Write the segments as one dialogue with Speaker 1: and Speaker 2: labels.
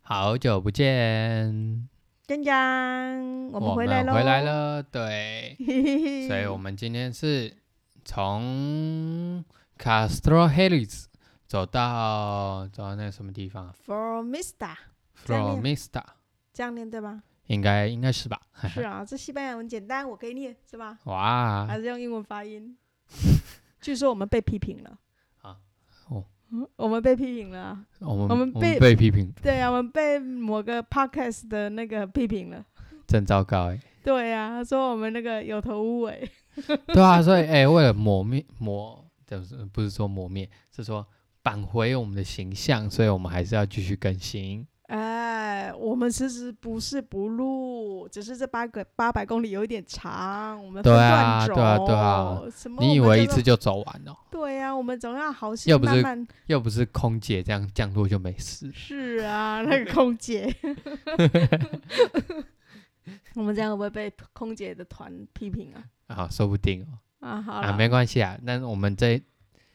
Speaker 1: 好久不见，
Speaker 2: 江江，我
Speaker 1: 我
Speaker 2: 们回来喽！
Speaker 1: 回来了， 对，
Speaker 2: 嘿嘿嘿，
Speaker 1: 所以我们今天是从 Castro Hills 走到走到那个什么地方啊
Speaker 2: Formista
Speaker 1: f r
Speaker 2: 在
Speaker 1: o
Speaker 2: 那
Speaker 1: m i s t a
Speaker 2: 这样念 对吗？
Speaker 1: 应该应该是吧？
Speaker 2: 是啊，这西班牙文简单，我可以念是吧？还
Speaker 1: 哇，
Speaker 2: 是用英文发音？ 据说我们被批评了
Speaker 1: 啊哦
Speaker 2: 嗯，我们被批评了啊，
Speaker 1: 我们
Speaker 2: 我
Speaker 1: 我
Speaker 2: 们被
Speaker 1: 被批评，
Speaker 2: 对啊，我们被某个 podcast 的那个批评了，
Speaker 1: 真糟糕哎。
Speaker 2: 对啊，他说我们那个有头无尾，
Speaker 1: 对啊，所以哎、为了抹灭抹，就是不是说抹灭，是说挽回我们的形象，所以我们还是要继续更新。
Speaker 2: 哎，我们其实不是不录，只是这八个八百公里有一点长，我们
Speaker 1: 对
Speaker 2: 分
Speaker 1: 啊
Speaker 2: 段走。
Speaker 1: 对啊对啊
Speaker 2: 什么？
Speaker 1: 你以为一次？就走完哦了、
Speaker 2: 对呀、我们总要好心
Speaker 1: 要不
Speaker 2: 慢
Speaker 1: 是
Speaker 2: 慢。
Speaker 1: 又不是空姐这样降落就没事。
Speaker 2: 是 啊，那个空姐。 我们这样会不会被空姐的团批评啊？
Speaker 1: 啊，说不定哦，
Speaker 2: 啊，好
Speaker 1: 啊，
Speaker 2: 了，
Speaker 1: 没关系啊。但是我们这，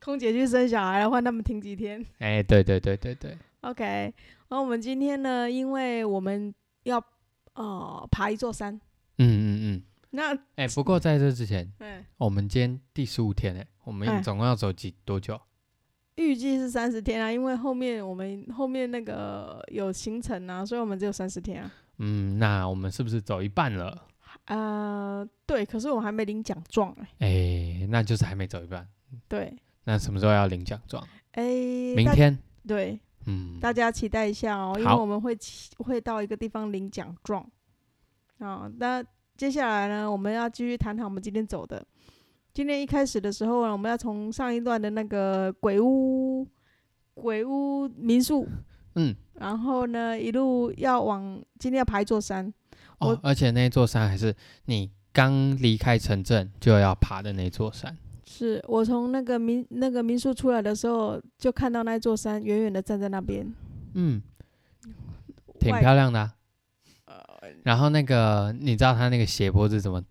Speaker 2: 空姐去生小孩了，换他们停几天。
Speaker 1: 哎，对对对对对，
Speaker 2: OK，然后我们今天呢，因为我们要呃爬一座山，
Speaker 1: 嗯嗯嗯，
Speaker 2: 那
Speaker 1: 哎，不过在这之前，
Speaker 2: 嗯。
Speaker 1: 我们今天第十五天哎，我
Speaker 2: 哎
Speaker 1: 们总共要走几多久？
Speaker 2: 预计是三十天啊，因为后面我们后面那个有行程啊，所以我们只有三十天啊。
Speaker 1: 嗯，那我们是不是走一半了？
Speaker 2: 呃，对，可是我还没领奖状哎、
Speaker 1: 哎，那就是还没走一半。
Speaker 2: 对，
Speaker 1: 那什么时候要领奖状？
Speaker 2: 哎、
Speaker 1: 明
Speaker 2: 大
Speaker 1: 天。
Speaker 2: 对
Speaker 1: 嗯，
Speaker 2: 大家期待一下哦，因为
Speaker 1: 好
Speaker 2: 我们会起会到一个地方领奖状啊。那接下来呢，我们要继续谈谈我们今天走的。今天一开始的时候呢，我们要从上一段的那个鬼屋鬼屋民宿，
Speaker 1: 嗯，
Speaker 2: 然后呢一路要往今天要爬一座山。
Speaker 1: 哦
Speaker 2: 我，
Speaker 1: 而且那座山还是你刚离开城镇就要爬的那座山。
Speaker 2: 是我从那个民那个民宿出来的时候，就看到那座山远远的站在那边，
Speaker 1: 嗯，挺
Speaker 2: 外呃
Speaker 1: 漂亮的啊、然后那个，你知道它那个斜坡是怎么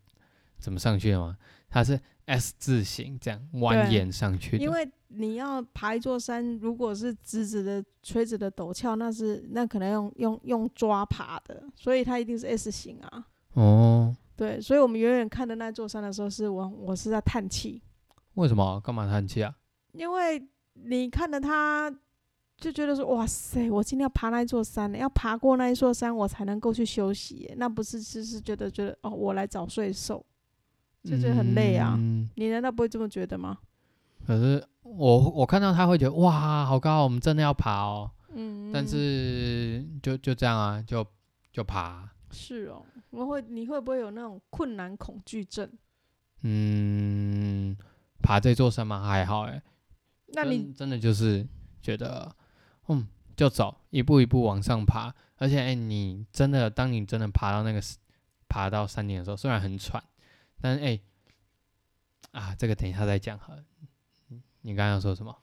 Speaker 1: 怎么上去的吗？它是 S 字形这样蜿
Speaker 2: 对
Speaker 1: 蜒上去的。
Speaker 2: 因为你要爬一座山，如果是直直的、垂直的陡峭，那是那可能用用用抓爬的，所以它一定是 S 型啊。
Speaker 1: 哦，
Speaker 2: 对，所以我们远远看的那座山的时候，是我我是在叹气，
Speaker 1: 为什么？干嘛叹气啊？
Speaker 2: 因为你看着它。就觉得说，哇塞，我今天要爬那一座山了，要爬过那一座山，我才能够去休息耶。那不是就是觉得觉得哦，我来找罪受，就觉得很累啊。
Speaker 1: 嗯、
Speaker 2: 你难道不会这么觉得吗？
Speaker 1: 可是我我看到它会觉得哇，好高，我们真的要爬哦。
Speaker 2: 嗯
Speaker 1: 但是就就这样啊，就就爬啊、
Speaker 2: 是哦，我会你会不会有那种困难恐惧症？
Speaker 1: 嗯，爬这座山嘛还好哎、
Speaker 2: 那
Speaker 1: 真
Speaker 2: 你
Speaker 1: 真的就是觉得，嗯，就走一步一步往上爬，而且哎、你真的当你真的爬到那个 s- 爬到山顶的时候，虽然很喘，但是哎、啊，这个等一下再讲好了。你刚刚要说什么？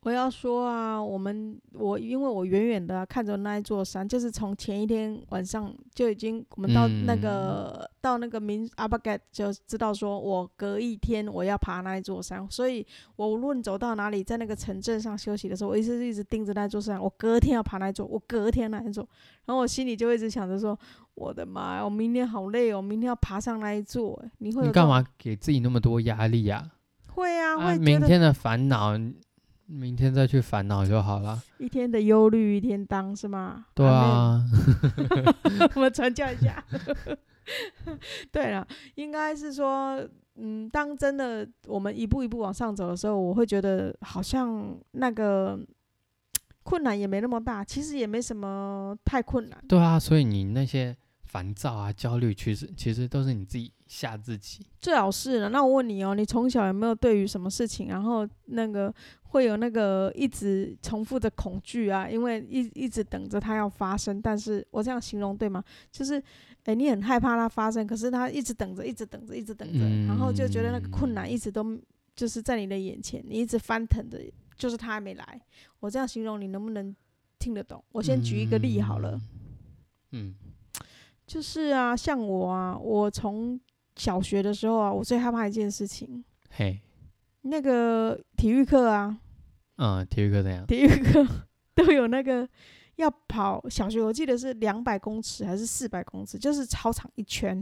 Speaker 2: 我要说啊，我们我因为我远远的、看着那一座山，就是从前一天晚上就已经我们到那个、
Speaker 1: 嗯
Speaker 2: 到那个民阿巴盖就知道说，我隔一天我要爬那一座山，所以我无论走到哪里，在那个城镇上休息的时候，我一直一直盯着那座山，我隔天要爬那一座，我隔天那一座，然后我心里就一直想着说，我的妈呀，我明天好累哦，我明天要爬上那一座，哎你会有
Speaker 1: 你
Speaker 2: 这
Speaker 1: 干
Speaker 2: 种？
Speaker 1: 嘛给自己那么多压力啊？
Speaker 2: 会啊，
Speaker 1: 啊，
Speaker 2: 会觉
Speaker 1: 明
Speaker 2: 得
Speaker 1: 天的烦恼，明天再去烦恼就好了。
Speaker 2: 一天的忧虑一天当是吗？
Speaker 1: 对
Speaker 2: 阿妹
Speaker 1: 啊，
Speaker 2: 我们传教一下。 对了，应该是说，嗯，当真的我们一步一步往上走的时候，我会觉得好像那个困难也没那么大，其实也没什么太困难。
Speaker 1: 对啊，所以你那些烦躁啊、焦虑，其实其实都是你自己吓自己。
Speaker 2: 最好是了。那我问你哦，你从小有没有对于什么事情，然后那个会有那个一直重复的恐惧啊？因为一一直等着它要发生，但是我这样形容对吗？就是，诶，你很害怕它发生，可是它一直等着，一直等着，一直等着，然后就觉得那个困难一直都就是在你的眼前，你一直翻腾着，就是它还没来。我这样形容你能不能听得懂？我先举一个例好了。
Speaker 1: 嗯，
Speaker 2: 就是啊，像我啊，我从小学的时候啊，我最害怕一件事情，
Speaker 1: 嘿，
Speaker 2: 那个体育课啊，
Speaker 1: 嗯，体育课怎样？
Speaker 2: 体育课都有那个要跑小学，我记得是两百公尺还是四百公尺，就是操场一圈。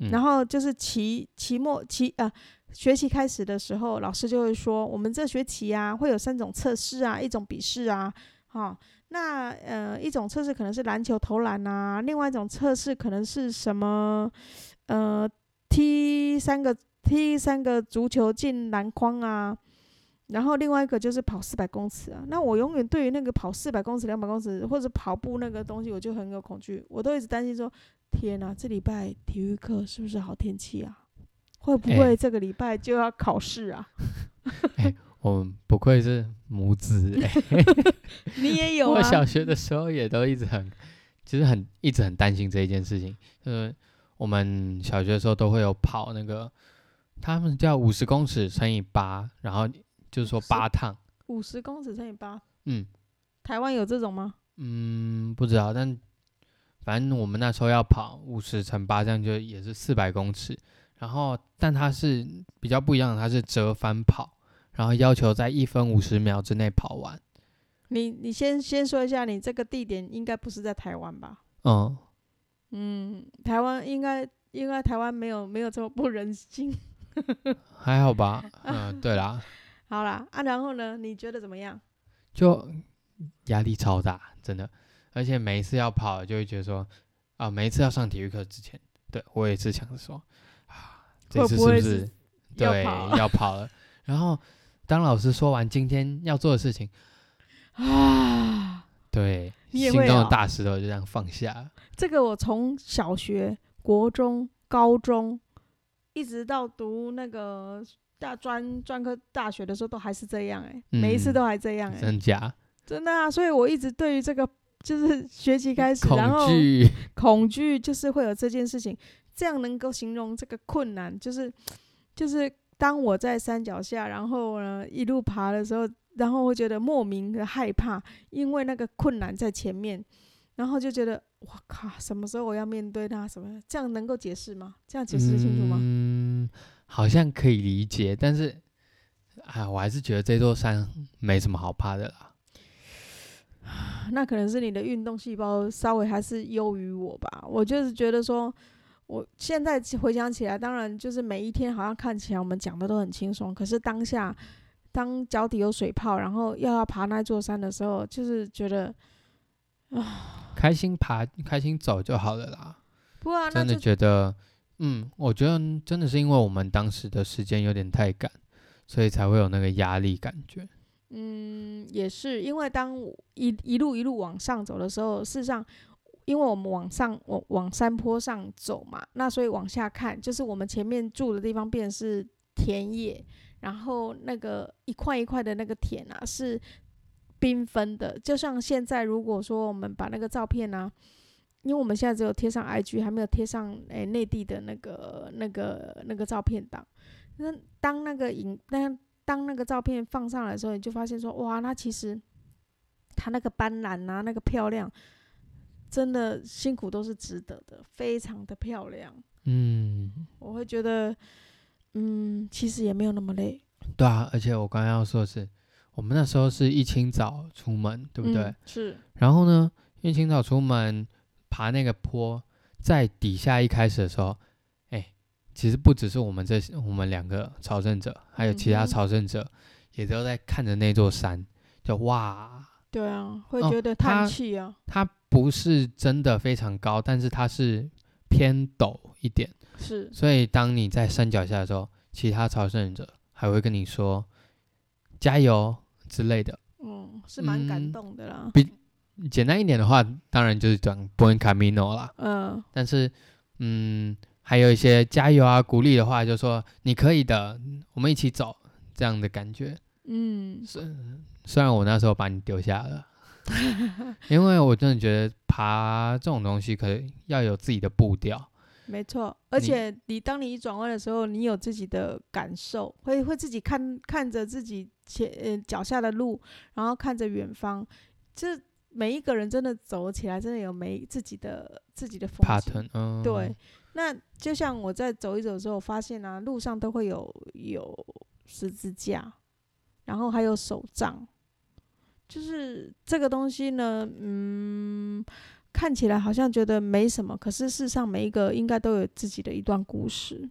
Speaker 1: 嗯
Speaker 2: 然后就是期期末期呃学期开始的时候，老师就会说，我们这学期啊会有三种测试啊，一种笔试啊，哈、那呃一种测试可能是篮球投篮啊，另外一种测试可能是什么呃踢三个踢三个足球进篮筐啊。然后另外一个就是跑四百公尺啊，那我永远对于那个跑四百公尺、两百公尺或者跑步那个东西，我就很有恐惧，我都一直担心说，天呐，这礼拜体育课是不是好天气啊？会不
Speaker 1: 哎
Speaker 2: 会这个礼拜就要考试啊？
Speaker 1: 我们不愧是母 子、欸，
Speaker 2: 你也有
Speaker 1: 我
Speaker 2: 啊？
Speaker 1: 小学的时候也都一直很，其实很一直很担心这一件事情。就是我们小学的时候都会有跑那个，他们叫五十公尺乘以八，然后就是说
Speaker 2: 50
Speaker 1: 八趟。
Speaker 2: 五十公尺乘以八，
Speaker 1: 嗯
Speaker 2: 台湾有这种吗？
Speaker 1: 嗯，不知道，但反正我们那时候要跑五十乘八，这样就也是四百公尺。然后，但它是比较不一样的，它是折返跑，然后要求在一分五十秒之内跑完。
Speaker 2: 你你先先说一下，你这个地点应该不是在台湾吧？
Speaker 1: 嗯，
Speaker 2: 嗯，台湾应该应该台湾没有没有这么不人性。
Speaker 1: 还好 吧。嗯，对啦，
Speaker 2: 好啦，啊，然后呢？你觉得怎么样？
Speaker 1: 就压力超大，真的。而且每一次要跑，就会觉得说，啊，每一次要上体育课之前，对我也是想着说，啊，这
Speaker 2: 会
Speaker 1: 次
Speaker 2: 不
Speaker 1: 是不
Speaker 2: 会是
Speaker 1: 是
Speaker 2: 要
Speaker 1: 对
Speaker 2: 跑
Speaker 1: 要跑了？然后当老师说完今天要做的事情，
Speaker 2: 啊，
Speaker 1: 对，
Speaker 2: 你也
Speaker 1: 心
Speaker 2: 会
Speaker 1: 中的
Speaker 2: 哦
Speaker 1: 大石头就这样放下了。
Speaker 2: 这个我从小学、国中、高中，一直到读那个大专专科大学的时候，都还是这样哎、每一
Speaker 1: 嗯
Speaker 2: 次都还这样哎、
Speaker 1: 真假？
Speaker 2: 真的啊！所以我一直对于这个就是学期开始，然后
Speaker 1: 恐惧，
Speaker 2: 恐惧就是会有这件事情，这样能够形容这个困难，就是就是当我在山脚下，然后呢一路爬的时候，然后会觉得莫名的害怕，因为那个困难在前面，然后就觉得我靠，什么时候我要面对它？什么这样能够解释吗？这样解释得清楚吗？
Speaker 1: 嗯，好像可以理解，但是，哎，我还是觉得这座山没什么好怕的啦。
Speaker 2: 那可能是你的运动细胞稍微还是优于我吧。我就是觉得说，我现在回想起来，当然就是每一天好像看起来我们讲的都很轻松，可是当下当脚底有水泡，然后又要爬那座山的时候，就是觉得，
Speaker 1: 开心爬，开心走就好了啦。
Speaker 2: 不过啊，那
Speaker 1: 真的
Speaker 2: 就
Speaker 1: 觉得，嗯，我觉得真的是因为我们当时的时间有点太赶，所以才会有那个压力感觉。
Speaker 2: 嗯也是因为当我一一路一路往上走的时候，事实上。因为我们往上往往山坡上走嘛，那所以往下看，就是我们前面住的地方变成是田野，然后那个一块一块的那个田啊是缤纷的，就像现在如果说我们把那个照片啊，因为我们现在只有贴上 IG，还没有贴上诶内地的那个那个那个照片档，那当那个影那当那个照片放上来的时候，你就发现说哇，那其实它那个斑斓啊，那个漂亮。真的辛苦都是值得的，非常的漂亮。
Speaker 1: 嗯，
Speaker 2: 我会觉得，嗯，其实也没有那么累，
Speaker 1: 对啊，而且我刚刚要说的是，我们那时候是一清早出门，对不对？
Speaker 2: 嗯是，
Speaker 1: 然后呢，一清早出门爬那个坡，在底下一开始的时候，哎，其实不只是我们这我们两个朝圣者，还有其他
Speaker 2: 嗯哼
Speaker 1: 朝圣者、也都在看着那座山，就哇，
Speaker 2: 对啊，会
Speaker 1: 哦
Speaker 2: 觉得
Speaker 1: 他
Speaker 2: 叹气啊，
Speaker 1: 它不是真的非常高，但是它是偏陡一点，
Speaker 2: 是
Speaker 1: 所以当你在山脚下的时候，其他朝圣者还会跟你说加油之类的。
Speaker 2: 嗯，是蛮
Speaker 1: 嗯
Speaker 2: 感动的啦。
Speaker 1: 简单一点的话，当然就是讲 Buen Camino 啦。
Speaker 2: 嗯，
Speaker 1: 但是，嗯，还有一些加油啊、鼓励的话，就说你可以的，我们一起走这样的感觉。
Speaker 2: 嗯，
Speaker 1: 虽然我那时候把你丢下了， 因为我真的觉得爬这种东西可以要有自己的步调。
Speaker 2: 没错。而
Speaker 1: 你
Speaker 2: 且你当你一转弯的时候，你有自己的感受，会会自己看看着自己前呃脚下的路，然后看着远方，这每一个人真的走起来，真的有每自己的自己的风景。
Speaker 1: pattern，嗯，
Speaker 2: 对，，那就像我在走一走的时候，我发现啊，路上都会有有十字架，然后还有手杖，就是这个东西呢，嗯，看起来好像觉得没什么，可是事实上每一个应该都有自己的一段故事，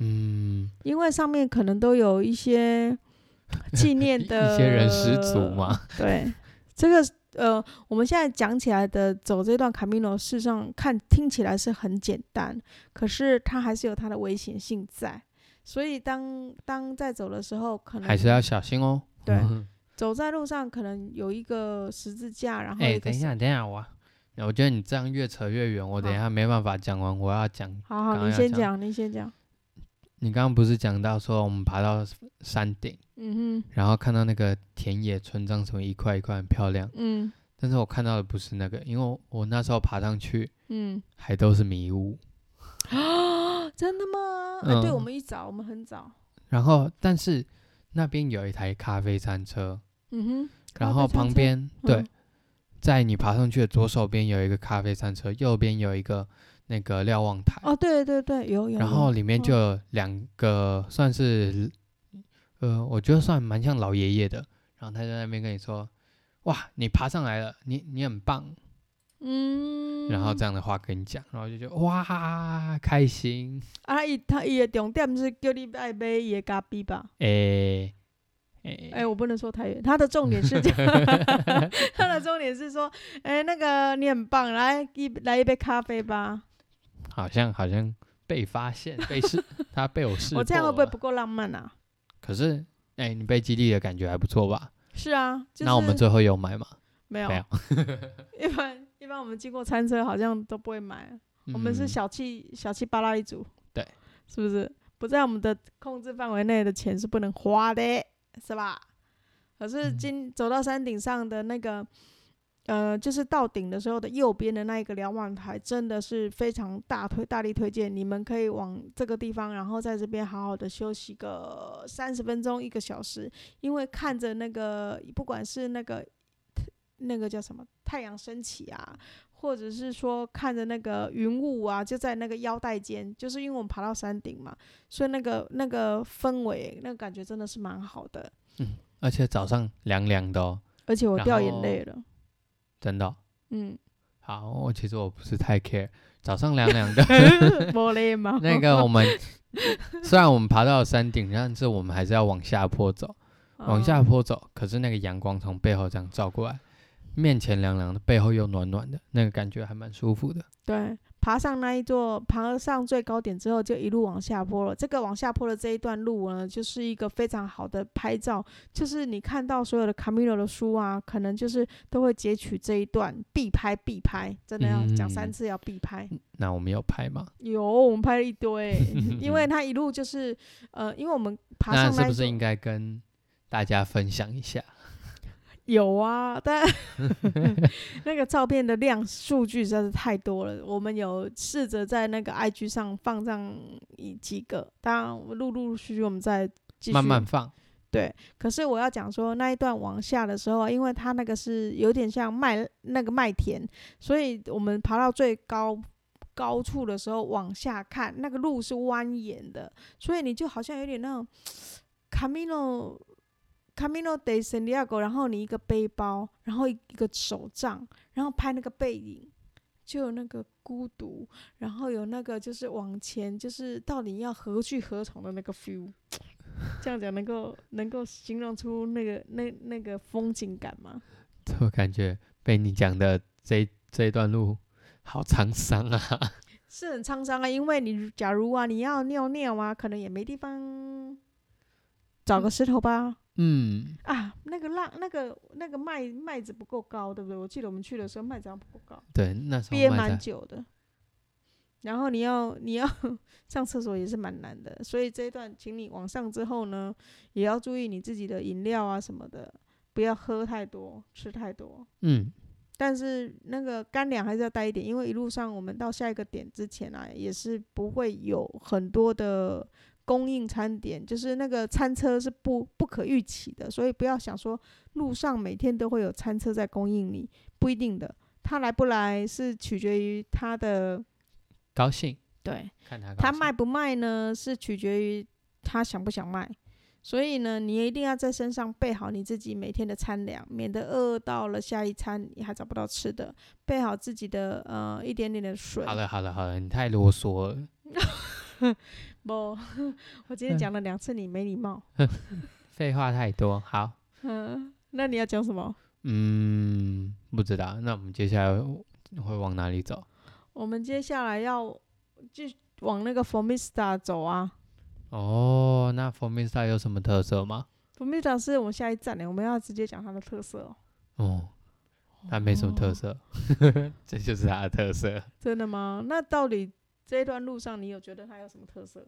Speaker 1: 嗯，
Speaker 2: 因为上面可能都有一些 纪 念
Speaker 1: 一
Speaker 2: 的
Speaker 1: 一些人十足。嘛，
Speaker 2: 对，这个呃，我们现在讲起来的走这段 Camino，事实上看听起来是很简单，可是它还是有它的危险性在。所以当当在走的时候，可能
Speaker 1: 还是要小心哦。
Speaker 2: 对
Speaker 1: 哎、
Speaker 2: 走在路上，可能有一个十字架，然后有个
Speaker 1: 哎等一
Speaker 2: 十
Speaker 1: 下，等一下，我我觉得你这样越扯越远，我等一下没办法讲完，我要讲。
Speaker 2: 好好，
Speaker 1: 刚刚
Speaker 2: 你
Speaker 1: 要
Speaker 2: 先
Speaker 1: 讲
Speaker 2: 讲，你先讲。
Speaker 1: 你刚刚不是讲到说我们爬到山顶，
Speaker 2: 嗯哼，
Speaker 1: 然后看到那个田野村庄什么一块一块很漂亮，
Speaker 2: 嗯
Speaker 1: 但是我看到的不是那个，因为我我那时候爬上去
Speaker 2: 嗯，哦
Speaker 1: 还都是迷雾，
Speaker 2: 真的吗？啊，对，
Speaker 1: 嗯
Speaker 2: 我们一早，我们很早。
Speaker 1: 然后但是那边有一台咖啡餐车，
Speaker 2: 嗯哼，
Speaker 1: 然后旁边
Speaker 2: 车
Speaker 1: 对
Speaker 2: 嗯，
Speaker 1: 在你爬上去的左手边有一个咖啡餐车，右边有一个那个瞭望台，
Speaker 2: 哦，对对对，有有。嗯
Speaker 1: 然
Speaker 2: 有
Speaker 1: 后里面就有两个算是，呃，我觉得算蛮像老爷爷的，然后他就在那边跟你说，哇，你爬上来了，你你很棒，
Speaker 2: 嗯，
Speaker 1: 然后这样的话跟你讲，然后就觉得哇开心，
Speaker 2: 啊，伊他伊的重点是叫你爱买伊的咖啡吧？
Speaker 1: 诶、
Speaker 2: 哎、
Speaker 1: 诶、
Speaker 2: 我不能说太远，他的重点是 这样，他的重点是说，哎、那个你很棒，来一来一杯咖啡吧。
Speaker 1: 好像好像被发现 被试，他被我试
Speaker 2: 我这样会不
Speaker 1: 破
Speaker 2: 会
Speaker 1: 了
Speaker 2: 不够浪漫啊？
Speaker 1: 可是，哎、你被激励的感觉还不错吧？
Speaker 2: 是啊，就是
Speaker 1: 那我们最后有买吗？
Speaker 2: 没有
Speaker 1: 没有，
Speaker 2: 一般一般我们经过餐车好像都不会买，啊我们是
Speaker 1: 嗯
Speaker 2: 小气小气巴拉一族，
Speaker 1: 对，
Speaker 2: 是不是？不在我们的控制范围内的钱是不能花的，是吧？可是
Speaker 1: 嗯
Speaker 2: 今走到山顶上的那个，呃，就是到顶的时候的右边的那一个瞭望台，真的是非常大推大力推荐，你们可以往这个地方，然后在这边好好的休息个三十分钟一个小时，因为看着那个不管是那个那个叫什么太阳升起啊，或者是说看着那个云雾啊，就在那个腰带间，就是因为我们爬到山顶嘛，所以那个那个氛围，那个感觉真的是蛮好的，
Speaker 1: 而且早上凉凉的哦，
Speaker 2: 而且我
Speaker 1: 然
Speaker 2: 掉眼
Speaker 1: 后
Speaker 2: 泪了，
Speaker 1: 真的哦、
Speaker 2: 嗯，
Speaker 1: 好，我其实我不是太 care，早上凉凉 的。
Speaker 2: 我泪嘛，
Speaker 1: 那个 我们虽然我们爬到了山顶，但是我们还是要往下坡走，哦往下
Speaker 2: 嗯
Speaker 1: 坡走。可是那个阳光从背后这样照过来，面前凉凉的，背后又暖暖的，那个感觉还蛮舒服的。
Speaker 2: 对，爬上那一座，爬上最高点之后，就一路往下坡了。这个往下坡的这一段路呢，就是一个非常好的拍照，就是你看到所有的 Camilo 的书啊，可能就是都会截取这一段必拍必拍，真的要讲三
Speaker 1: 嗯
Speaker 2: 次要必拍。
Speaker 1: 那我们有拍吗？
Speaker 2: 有，我们拍了一堆， 因为他一路就是呃，因为我们爬
Speaker 1: 那
Speaker 2: 上
Speaker 1: 是
Speaker 2: 那一
Speaker 1: 不是
Speaker 2: 座
Speaker 1: 应该跟大家分享一下？
Speaker 2: 有 啊，但 那个照片的量数据实在是太多了。我们有试着在那个 IG 上放上一几个，当然我陆陆续续我们再继续
Speaker 1: 慢 慢放。
Speaker 2: 对。可是我要讲说那一段往下的时候啊，因为它那个是有点像麦那个麦田，所以我们爬到最高。高处的时候往下看，那个路是蜿蜒的，所以你就好像有点那种 Camino Camino de Santiago，然后你一个背包，然后一个手杖，然后拍那个背影，就有那个孤独，然后有那个就是往前，就是到底要何去何从的那个 feel。这样讲能够能够形容出那个那那个风景感吗？
Speaker 1: 我感觉被你讲的这这一段路好沧桑啊！
Speaker 2: 是很沧桑啊，因为你假如啊你要尿尿啊，可能也没地方，找个石头吧。
Speaker 1: 嗯，
Speaker 2: 啊，那个浪，那个那个麦麦子不够高，对不对？我记得我们去的时候麦子好像不够高，
Speaker 1: 对，那时候
Speaker 2: 憋
Speaker 1: 卖
Speaker 2: 蛮
Speaker 1: 的
Speaker 2: 久的。然后你要你要上厕所也是蛮难的，所以这一段，请你往上之后呢，也要注意你自己的饮料啊什么的，不要喝太多，吃太多。
Speaker 1: 嗯，
Speaker 2: 但是那个干粮还是要带一点，因为一路上我们到下一个点之前啊，也是不会有很多的供应餐点，就是那个餐车是不不可预期的，所以不要想说路上每天都会有餐车在供应你，不一定的。他来不来是取决于他的，
Speaker 1: 高兴，
Speaker 2: 对
Speaker 1: 看他高
Speaker 2: 他
Speaker 1: 兴
Speaker 2: 卖不卖呢，是取决于他想不想卖。所以呢，你也一定要在身上备好你自己每天的餐粮，免得饿到了下一餐你还找不到吃的。备好自己的呃一点点的水。
Speaker 1: 好了好了好了，你太啰嗦了，
Speaker 2: 不， 我今天讲了两次，你没礼貌。
Speaker 1: 废话太多。好，
Speaker 2: 嗯，那你要讲什么？
Speaker 1: 嗯，不知道。那我们接下来会往哪里走？
Speaker 2: 我们接下来要就往那个 Formista 走啊。
Speaker 1: 哦，那 Formista 有什么特色吗？
Speaker 2: Formista 是我们下一站呢，我们要直接讲它的特色哦。
Speaker 1: 哦，它没什么特色， 这就是它的特色。
Speaker 2: 真的吗？那到底这一段路上，你有觉得它有什么特色？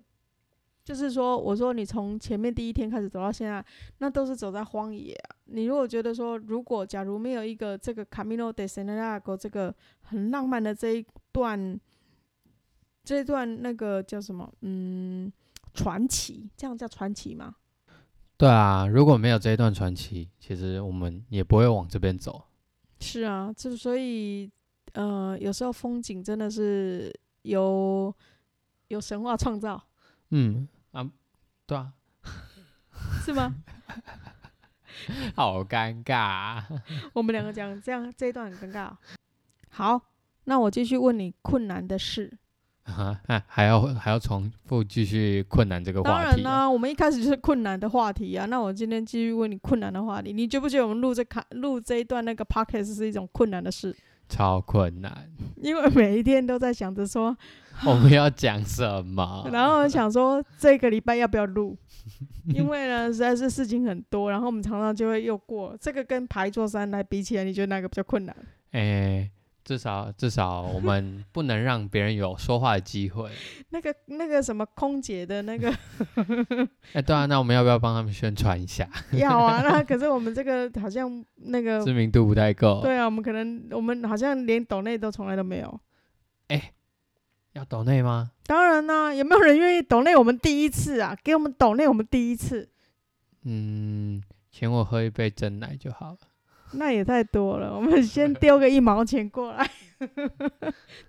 Speaker 2: 就是说，我说你从前面第一天开始走到现在，那都是走在荒野啊。你如果觉得说，如果假如没有一个这个 Camino de Santiago 这个很浪漫的这一段，这一段那个叫什么？嗯，传奇，这样叫传奇吗？
Speaker 1: 对啊，如果没有这一段传奇，其实我们也不会往这边走。
Speaker 2: 是啊，就所以呃，有时候风景真的是由由神话创造，
Speaker 1: 嗯啊，对啊，
Speaker 2: 是吗？
Speaker 1: 好尴尬、啊。
Speaker 2: 我们两个讲这样这一段很尴尬哦、 好，那我继续问你困难的事。
Speaker 1: 啊还要还要重复继续困难这个
Speaker 2: 当
Speaker 1: 话
Speaker 2: 然
Speaker 1: 题啊、
Speaker 2: 啦、我们一开始就是困难的话题啊。那我今天继续问你困难的话题，你觉不觉得我们录这卡录这一段那个 podcast 是一种困难的事？
Speaker 1: 超困难。
Speaker 2: 因为每一天都在想着说，
Speaker 1: 我们要讲什么？
Speaker 2: 然后想说这个礼拜要不要录，因为呢实在是事情很多，然后我们常常就会又过。这个跟排座山来比起来，你觉得哪个比较困难？
Speaker 1: 诶、哎至少至少我们不能让别人有说话的机会。
Speaker 2: 那个那个什么空姐的那个
Speaker 1: 哎、对
Speaker 2: 嗯
Speaker 1: 啊，那我们要不要帮他们宣传一下？
Speaker 2: 要啊，那可是我们这个好像那个
Speaker 1: 知名度不太够。
Speaker 2: 嗯对啊，我们可能我们好像连抖内都从来都没有。
Speaker 1: 要抖内吗？
Speaker 2: 当然啦、有没有人愿意抖内我们第一次啊？给我们抖内我们第一次，
Speaker 1: 嗯，请我喝一杯真奶就好了。
Speaker 2: 那也太多了。我们先丢个一毛钱过来，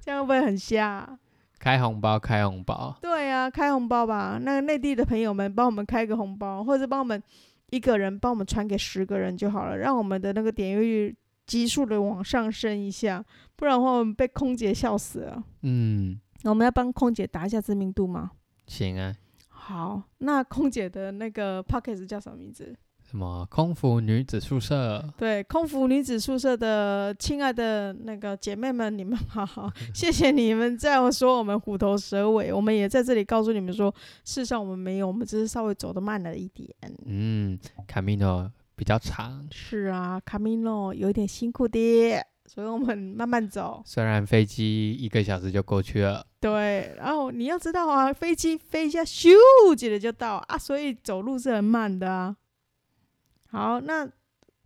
Speaker 2: 这样会不会很瞎啊、
Speaker 1: 开红包，开红包。
Speaker 2: 对啊，开红包吧。那个内地的朋友们帮我们开个红包，或者帮我们一个人帮我们传给十个人就好了，让我们的那个点阅率急速的往上升一下，不然的话我们被空姐笑死了。
Speaker 1: 嗯，
Speaker 2: 我们要帮空姐打一下知名度吗？
Speaker 1: 行啊。
Speaker 2: 好，那空姐的那个 p o c k e t 叫什么名字？
Speaker 1: 什么空服女子宿舍？
Speaker 2: 对，空服女子宿舍的亲爱的那个姐妹们，你们 好，谢谢你们在我说我们虎头蛇尾，我们也在这里告诉你们说，事实上我们没有，我们只是稍微走得慢了一点。
Speaker 1: 嗯，Camino 比较长，
Speaker 2: 是啊，卡米诺有一点辛苦的，所以我们慢慢走。
Speaker 1: 虽然飞机一个小时就过去了。
Speaker 2: 对，然后你要知道啊，飞机飞一下咻，几的就到啊，所以走路是很慢的啊。好，那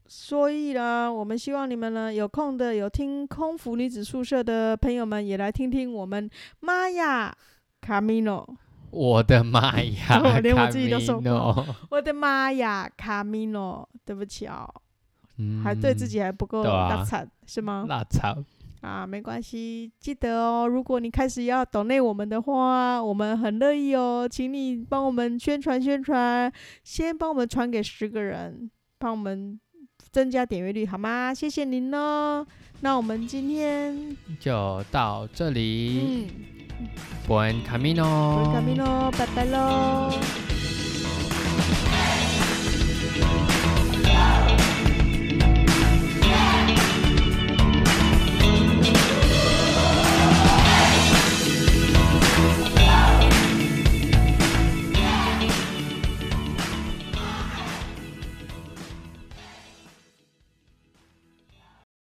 Speaker 2: 所以呢，我们希望你们呢有空的有听空服女子宿舍的朋友们也来听听我们妈呀卡米诺，
Speaker 1: 我的妈 呀！
Speaker 2: 我哦连我自己都受不
Speaker 1: Camino
Speaker 2: 我的妈呀卡米诺，对不起哦，
Speaker 1: 嗯
Speaker 2: 还对自己还不够
Speaker 1: 对啊
Speaker 2: 大惨、是吗？
Speaker 1: 辣炒。
Speaker 2: 啊，没关系，记得哦。如果你开始要抖内我们的话，我们很乐意哦，请你帮我们宣传宣传，先帮我们传给十个人，帮我们增加点阅率，好吗？谢谢您哦。那我们今天，
Speaker 1: 就到这里
Speaker 2: 嗯，
Speaker 1: ，Buen
Speaker 2: 我是卡米哦
Speaker 1: Camino。
Speaker 2: 诺，拜拜喽。